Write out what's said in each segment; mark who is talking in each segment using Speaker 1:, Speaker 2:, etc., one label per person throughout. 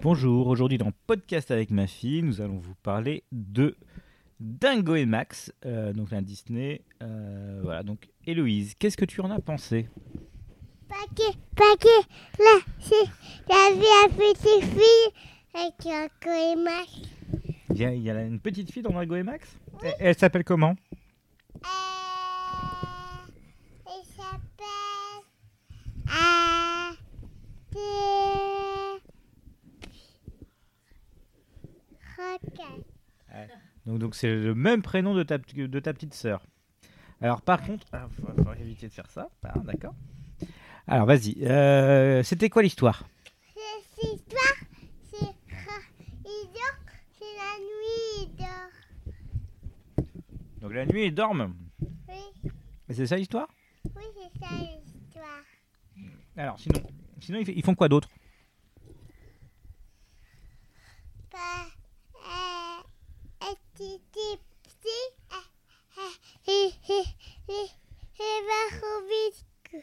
Speaker 1: Bonjour, aujourd'hui dans Podcast avec ma fille, nous allons vous parler de Dingo et Max, euh, donc un Disney. Euh, voilà, donc Héloïse, qu'est-ce que tu en as pensé
Speaker 2: Paquet, paquet, là, c'est la vie à petite fille avec un coémac.
Speaker 1: Il y, a, il y a une petite fille dans Dingo et Max Elle, elle s'appelle comment
Speaker 2: Euh, il s'appelle. Euh, des- Rocket.
Speaker 1: Donc donc c'est le même prénom de ta, p- de ta petite sœur. Alors par contre, il faut, faut éviter de faire ça, Ah, d'accord Alors vas-y, euh, c'était quoi l'histoire
Speaker 2: Cette histoire, c'est. ra- Il dort, c'est la nuit, il dort.
Speaker 1: Donc la nuit, ils dorment.
Speaker 2: Oui,
Speaker 1: Et C'est ça l'histoire
Speaker 2: oui, c'est ça l'histoire.
Speaker 1: Alors sinon, sinon ils f- ils font quoi d'autre Ah,
Speaker 2: pas euh, euh, ti- ti- ti, euh, euh, hi- hi- hi- hi- va trop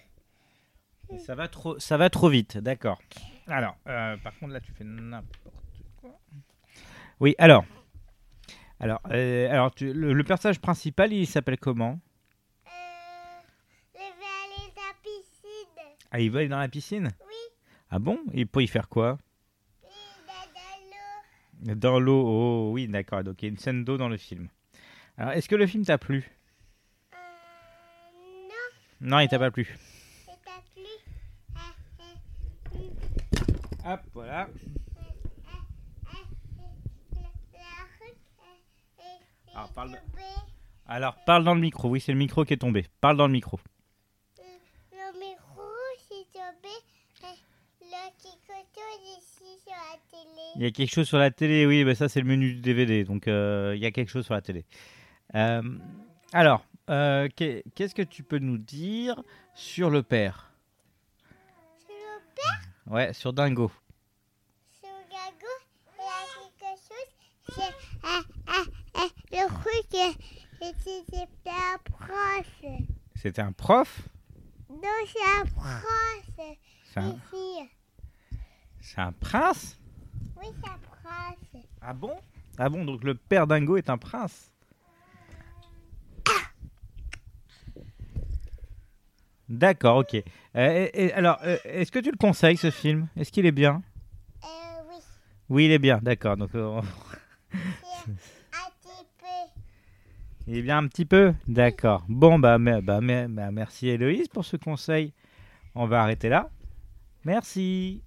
Speaker 2: vite.
Speaker 1: Ça va trop, ça va trop vite, d'accord. Alors, euh, par contre là, tu fais n'importe quoi. Oui, alors, alors, euh, alors, tu- le, le personnage principal, il s'appelle comment
Speaker 2: Euh, je vais aller à la piscine.
Speaker 1: Ah, il va aller dans la piscine
Speaker 2: Oui,
Speaker 1: Ah bon Il peut y faire quoi
Speaker 2: il est
Speaker 1: Dans
Speaker 2: dans l'eau.
Speaker 1: l'eau. Oh oui, d'accord. Donc il y a une scène d'eau dans le film. Alors, est-ce que le film t'a plu
Speaker 2: Euh, non,
Speaker 1: Non, il t'a pas plu.
Speaker 2: c'est ta pluie. Euh, euh,
Speaker 1: Hop, voilà.
Speaker 2: euh, la, la route euh, est,
Speaker 1: Alors,
Speaker 2: est
Speaker 1: parle de-
Speaker 2: tombée.
Speaker 1: Alors, parle dans le micro. Oui, c'est le micro qui est tombé. Parle dans le micro.
Speaker 2: Le- Le micro s'est tombé. Euh, Le chicoto est ici sur la télé.
Speaker 1: Il y a quelque chose sur la télé, oui, bah ça c'est le menu du DVD, donc euh, il y a quelque chose sur la télé. Euh, alors, euh, qu'est- qu'est-ce que tu peux nous dire sur le père
Speaker 2: Sur le
Speaker 1: Ouais, sur Dingo.
Speaker 2: Sur Gago, il y a quelque chose. C'est ah, ah, ah, le truc euh, et c'était un proche.
Speaker 1: C'était un prof
Speaker 2: Non, c'est un proche.
Speaker 1: C'est un,
Speaker 2: Ici.
Speaker 1: c'est un prince
Speaker 2: Oui, c'est un proche.
Speaker 1: Ah bon Ah bon, donc le père Dingo est un prince D'accord, ok. Euh, et- et alors, euh, est-ce que tu le conseilles ce film Est-ce qu'il est bien
Speaker 2: Euh, oui,
Speaker 1: Oui, il est bien, d'accord. Donc, euh,
Speaker 2: c'est un petit peu.
Speaker 1: Il est bien un petit peu D'accord. Bon, bah, mais- bah, mais- bah, merci Héloïse pour ce conseil. On va arrêter là. Merci.